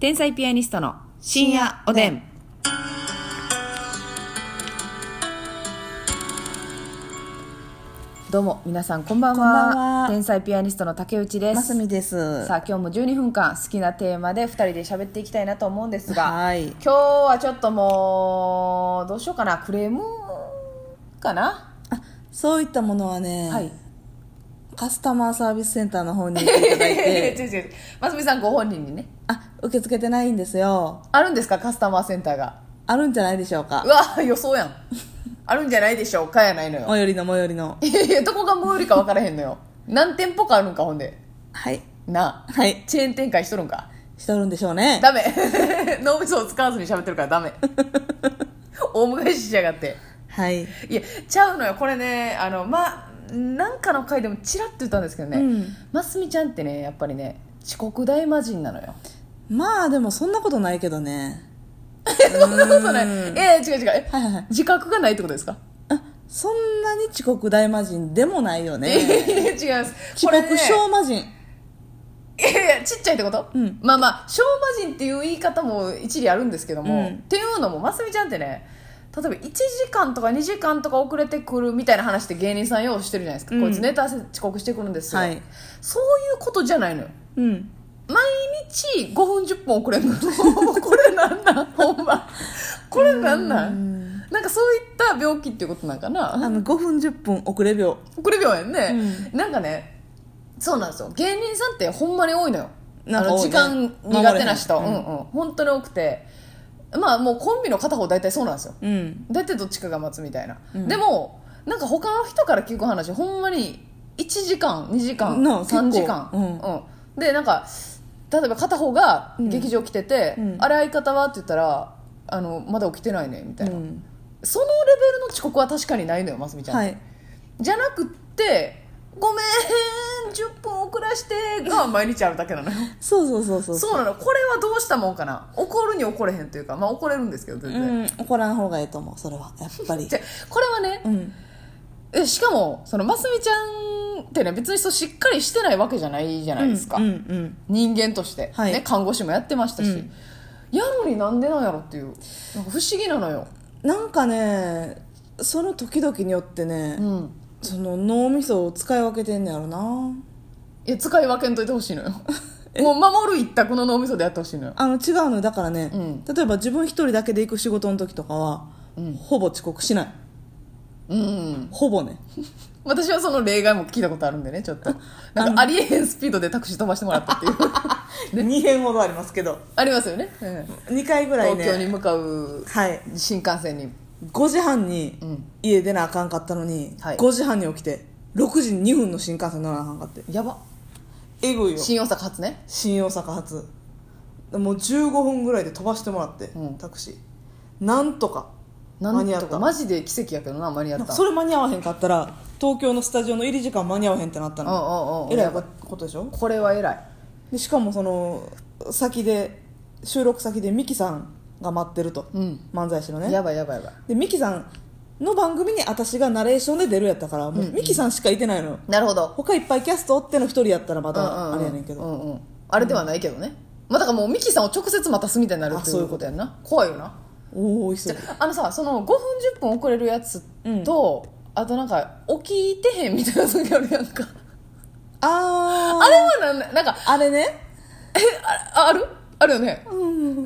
天才ピアニストの深夜おでん。どうも皆さんこんばんはこんばんは天才ピアニストの竹内です、ますみです。さあ今日も12分間好きなテーマで2人で喋っていきたいなと思うんですが、はい今日はちょっともうどうしようかなクレームかな、あ、そういったものはね、はいカスタマーサービスセンターの方 に行っていただい違うて、違う ますみさんご本人にねあ、受け付けてないんですよ。あるんですかカスタマーセンターがあるんじゃないでしょううか。わ予想やんあるんじゃないでしょうかやないのよ最寄りの最寄りの。いやいやどこが最寄りか分からへんのよ何店舗かあるんかほんではい。なあはい。チェーン展開しとるんかしとるんでしょうね。ダメ 脳みそを使わずに喋ってるからダメ大昔しやがってはい。いやちゃうのよこれねあのまなんかの回でもちらっと言ったんですけどね、うんますみちゃんってねやっぱりね遅刻大魔人なのよまあでもそんなことないけどね。え そんなことないいやいや違う違うえはいはいはい。自覚がないってことですか、あ、そんなに遅刻大魔人でもないよね。い や違います遅これね刻小魔人。いやいやちっちゃいってこと、うんまあまあ小魔人っていう言い方も一理あるんですけども、うんっていうのもますみちゃんってね例えば1時間とか2時間とか遅れてくるみたいな話って芸人さん用意してるじゃないですか、うんこいつネタ合わせ遅刻してくるんですよ、はいそういうことじゃないのようん。毎日5分10分遅れるの これなんなんほんまこれなんなんなんかそういった病気っていうことなんかあなの、5分10分遅れ病。遅れ病やんね、なんかねそうなんですよ芸人さんってほんまに多いのよなんかあの多い時ね間苦手な人、守うれんへうんん本当に多くてまあもうコンビの片方大体そうなんですようん。大体どっちかが待つみたいな、うんでもなんか他の人から聞く話ほんまに1時間2時間なあ3時間、結構うんでなんか例えば片方が劇場来てて「うんあれ相方は?」って言ったら「あのまだ起きてないね」みたういな、ん。そのレベルの遅刻は確かにないのよますみちゃん、はい。じゃなくって「ごめん10分遅ら して」が毎日あるだけなのよそうそうそうそう。そうなのこれはどうしたもんかな怒るに怒れへんというかまあ怒れるんですけど全然、うん、怒らん方がいいと思うそれはやっぱりじゃこれはね、うんえしかもそのますみちゃんってね別にそうしっかりしてないわけじゃないじゃないですか、うんうん人間として、はいね、看護師もやってましたし、うんやのになんでなんやろっていうなんか不思議なのよ、なんかねその時々によってね、うん、その脳みそを使い分けてんねやろないや使い分けんといてほし いのよもう守る一択の脳みそでやってほしいのよあの違うのだからね、うん例えば自分一人だけで行く仕事の時とかは、うんほぼ遅刻しないうんほ ぼね私はその例外も聞いたことあるんでねちょっとなんかありえへんスピードでタクシー飛ばしてもらった っていう2編ほどありますけどありますよね、うん2回ぐらい東京にね向かうはい新幹線に5時半にうん家出なあかんかったのに、はい5時半に起きて6時2分の新幹線乗らなあかんかってやばえぐいよ新大阪発ね新大阪発もう15分ぐらいで飛ばしてもらって、うんタクシーなんとかな間んに合っとたかマジで奇跡やけどな間に合なっんかたそれ間に合わへんかったら東京のスタジオの入り時間間に合わへんってなったのうんうんうんえらいやばいことでしょこれは偉いでしかもその先で収録先でミキさんが待ってると、うん漫才師のねやばいやばいやばいでミキさんの番組に私がナレーションで出るやったからもうミキさんしかいてないのよ、なるほど他いっぱいキャストおっての一人やったらまうんうんうたんあれやねんけど、うんうんあれではないけどねまあだからもうミキさんを直接待たすみたいになるあといそういううこことやんな怖いよなおおいそうあのさその5分10分遅れるやつとあとなんか起きてへんみたいな時あるやんかあああれはなんなんかあれねえああるあるよね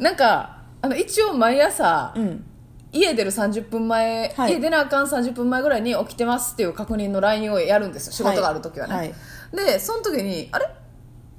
なんかあの一応毎朝うん家出る30分前、はい家出なあかん30分前ぐらいに起きてますっていう確認の LINE をやるんですよ仕事がある時はね、はいでその時にあれ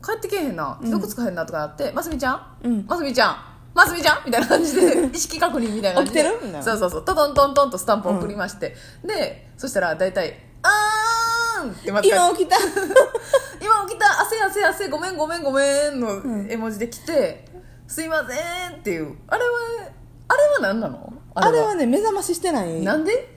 帰ってけえへんなどこつかへんなとかなって「ますみちゃん、うんますみちゃんますみちゃん」みたいな感じ で意識確認みたいな感じで起きてるみたいなそうそうそうトントントンとスタンプ送りまして、でそしたら大体「あーん!」ってまた帰って今起きた今起きた汗汗汗ごめんごめんごめんの絵文字で来て、すいませんっていうあれはあれは何なのあれはね目覚まししてないなんで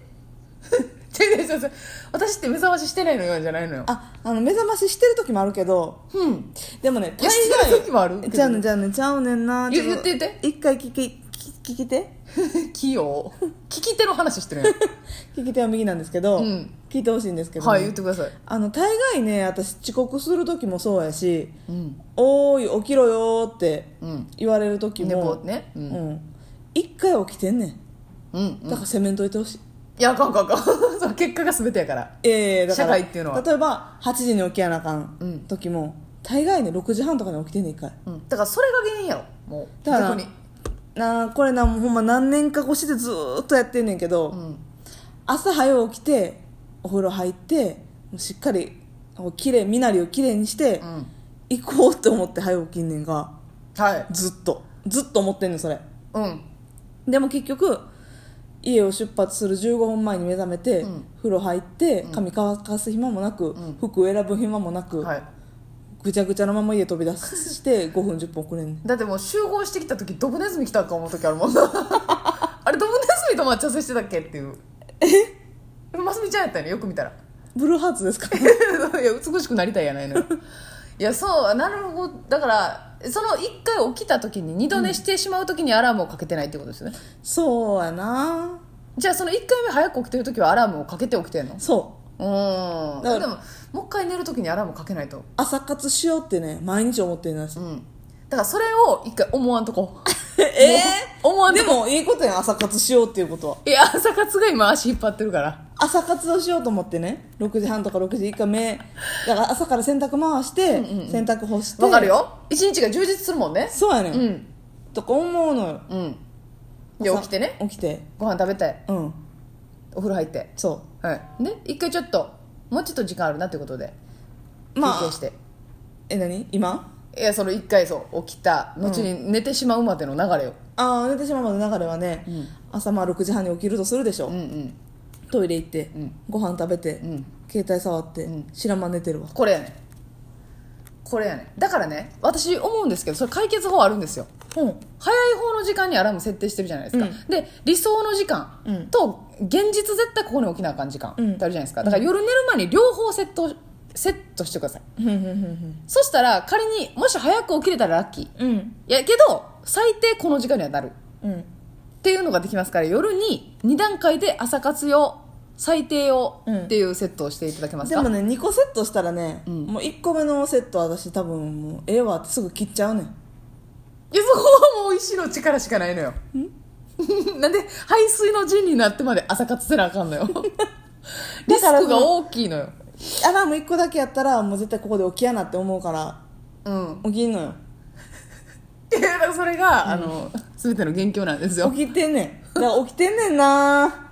違う違う違う違う私って目覚まししてないのよじゃないのよああの目覚まししてる時もあるけどうんでもねいやしてる時もあるけどちゃうねんちゃうねんちゃうねんな言言って言って一回聞き聞き聞き手器用聞き手の話 してるやん聞き手は右なんですけど、うん聞いてほしいんですけどね、はい言ってくださいあの大概ね私遅刻する時もそうやしうん「おーい起きろよ」ってうん言われる時寝坊も、ねううんん一回起きてんねんうんうんだから責めんといてほしい、いやあかんあかんあかん そう結果が全てやからええだから社会っていうのは例えば8時に起きやなあかん時も、大概ね6時半とかに起きてんねん一回うんだからそれが原因やろもうだから逆になあこれなもうほんま何年か越しでずーっとやってんねんけど、うん朝早起きてお風呂入ってもうしっかりこう綺麗身なりをきれいにして、うん行こうと思って早起きんねんがはいずっとずっと思ってんねんそれうんでも結局家を出発する15分前に目覚めて、うん風呂入って髪乾かす暇もなく、ん服選ぶ暇もなく、はいぐちゃぐちゃのまま家飛び出して5分10分遅れんねんだってもう集合してきた時ドブネズミ来たんか思う時あるも んなあれドブネズミと待ち合わせしてたっけっていうえマスミちゃんやったよねよく見たらブルーハーツですか いや美しくなりたいやない のよいやそうなるほどだからその1回起きた時に二度寝してしまう時にアラームをかけてないってことですよね、そうやなじゃあその1回目早く起きてる時はアラームをかけて起きてんのそううんだからでももう一回寝る時にアラームかけないと朝活しようってね毎日思ってるんです、うんだからそれを一回思わんとこ えもう思わんと でこもいいことやん朝活しようっていうことはいや朝活が今足引っ張ってるから朝活をしようと思ってね6時半とか6時以下目だから朝から洗濯回して、洗濯干してわかるよ一日が充実するもんねそうやね、うんんとか思うのようんで朝起きてね起きてご飯食べてうんお風呂入ってそはいで一回ちょっともうちょっと時間あるなってことで休うま憩あして、え何今いやその一回そう起きた後に寝てしまうまでの流れをああ寝てしまうまでの流れはね、ん朝まあ6時半に起きるとするでしょ、うんうんトイレ行って、んご飯食べて、ん携帯触って、うん知らんま寝てるわこれやねんこれやねんだからね私思うんですけどそれ解決法あるんですようん早い方の時間にアラーム設定してるじゃないですか、うんで理想の時う間んと現実絶対ここに起きなあかん時間ってあうんるじゃないですか、だから夜寝る前に両方セットセットしてくださいうんうんうんそしたら仮にもし早く起きれたらラッキーうんやけど最低この時間にはなるっうんていうのができますから夜に2段階で朝活用最低用うんっていうセットをしていただけますでか、もね2個セットしたらね、んもう1個目のセットは私多分もうええわってすぐ切っちゃうねんいやそこはもう意志の力しかない のよなんで排水の陣になってまで朝活せなあかんの よリスからクが大きいのよアラーム1個だけやったらもう絶対ここで起きやなって思うからうん起きんのよいやだからそれが、あの全ての元凶なんですよ起きてんねんだから起きてんねんな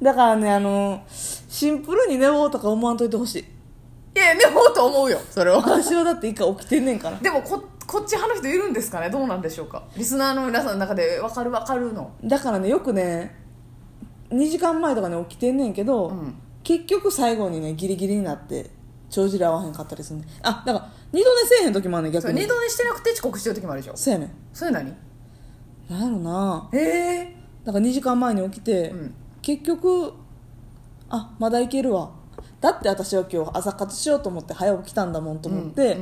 だからねあのシンプルに寝ようとか思わんといてほしいいやでもと思うよそれは私はだって一回起きてんねんからでもここっち派の人いるんですかねどうなんでしょうかリスナーの皆さんの中で分かる分かるのだからねよくね2時間前とかね起きてんねんけど、うん結局最後にねギリギリになって帳尻合わへんかったりするねんあだから二度寝せえへん時もあんねんそ逆れに二度寝してなくて遅刻してる時もあるでしょそうやねんそれ何なんやろなええだから2時間前に起きて、うん結局あまだいけるわだって私は今日朝活しようと思って早起きたんだもんと思って、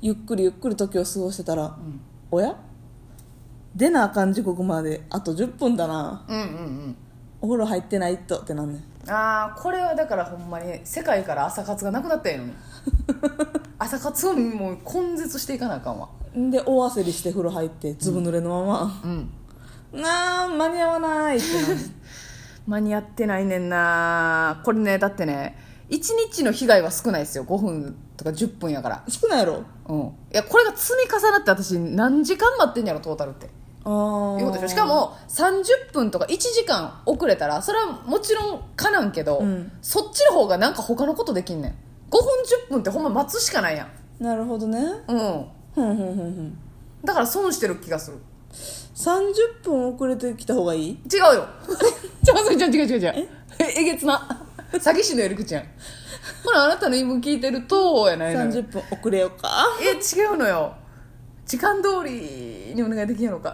ゆっくりゆっくり時を過ごしてたら、んおや出なあかん時刻まであと10分だなうんうんうんお風呂入ってないとってなんねんうんああこれはだからほんまに世界から朝活がなくなったんや のに朝活をもう根絶していかなあかんわんで大焦りして風呂入ってずぶ濡れのまま、うんなあ間に合わないって なんねん間に合ってないねんなこれねだってね一日の被害は少ないですよ5分とか10分やから少ないやろうんいやこれが積み重なって私何時間待ってんやろトータルってあいうことでしょあしかも30分とか1時間遅れたらそれはもちろんかなんけど、うんそっちの方がなんか他のことできんねん5分10分ってほんま待つしかないやんなるほどねうんふんふんふんふんだから損してる気がする30分遅れてきた方がいい違うよ ちょまさみちゃん違う違う違うええげつな詐欺師のやり口やんほらあなたの言い分聞いてるとやないのよ30分遅れようかえ違うのよ時間通りにお願いできんやろか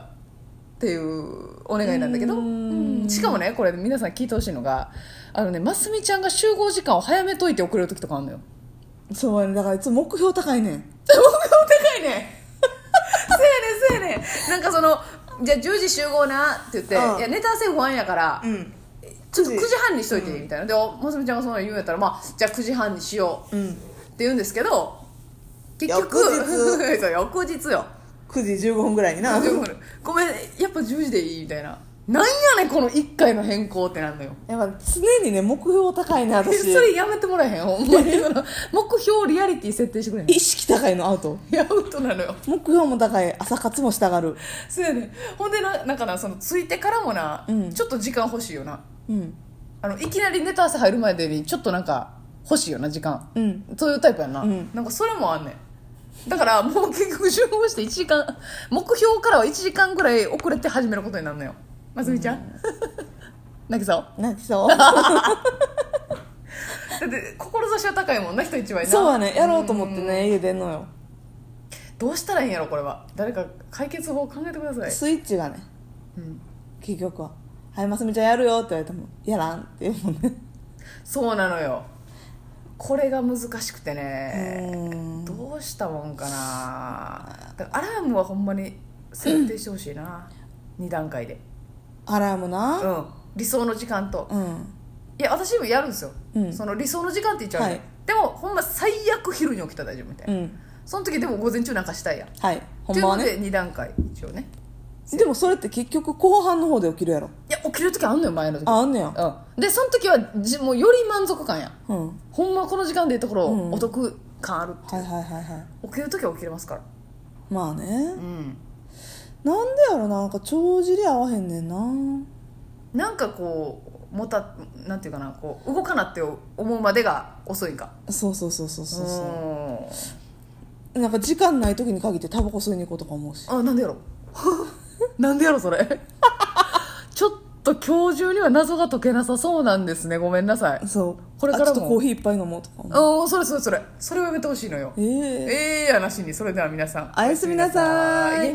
っていうお願いなんだけどうんしかもねこれ皆さん聞いてほしいのがあのねますみちゃんが集合時間を早めといて遅れる時とかあるのよそうやねだからいつも目標高いねん 目標高いねせやねんせやねんなんかそのじゃあ10時集合な」って言って「うんいやネタ合わせ不安やから、うんちょっと9時半にしといて」みたいな、でおますみちゃんがそんなん言うんやったら「まあ、じゃあ9時半にしよう」うんって言うんですけど結局翌 そう翌日よ9時15分ぐらいになでもごめんやっぱ10時でいいみたいななんやねんこの1回の変更ってなんだよやっぱ常にね目標高いねえ私それやめてもらえへんほんまにその目標をリアリティ設定してくれへんい意識高いのアウトやアウトなのよ目標も高い朝活もしたがるそうやねほんでななんかなそのついてからもな、うんちょっと時間欲しいよなうんあのいきなりネタ朝入る前でにちょっとなんか欲しいよな時間うんそういうタイプやんな、うんなんかそれもあんねんだからもう結局集合して1時間目標からは1時間ぐらい遅れて始めることになるのよますみちゃん、 泣きそう泣きそうだって志は高いもんな人一倍な そうはねやろうと思ってうんね家出んのよどうしたらいいんやろこれは誰か解決法を考えてください、スイッチがねうん結局は「はいますみちゃんやるよ」って言われても「やらん」って言うもんねそうなのよこれが難しくてねうんどうしたもんかなだからアラームはほんまに設定してほしいな2段階でアラームうなん理想の時間とうんいや私もやるんですよ、うんその理想の時間って言っちゃうね、はいでもほんま最悪昼に起きたら大丈夫みたいな、うんその時でも午前中なんかしたいやんはいほんまはといねうので2段階一応ねでもそれって結局後半の方で起きるやろいや起きる時あんのよ前の時ああんねやうん、でその時はじもうより満足感やうんほんまこの時間でいいところ、うんお得感あるはいはいはいはい起きる時は起きれますからまあねうんなんでやろなんか帳尻合わへんねんななんかこうもたなんていうかなこう動かなって思うまでが遅いんかそうそうそうそうそうそそうなんか時間ない時に限ってタバコ吸いに行こうとか思うしあなんでやろ なんでやろそれ ちょっと今日中には謎が解けなさそうなんですねごめんなさいそうこれからもあちょっとコーヒーいっぱい飲もうとか思ううんそれそれそれそれをやめてほしいのよええええ話にそれでは皆さんおやすみなさおいやすみな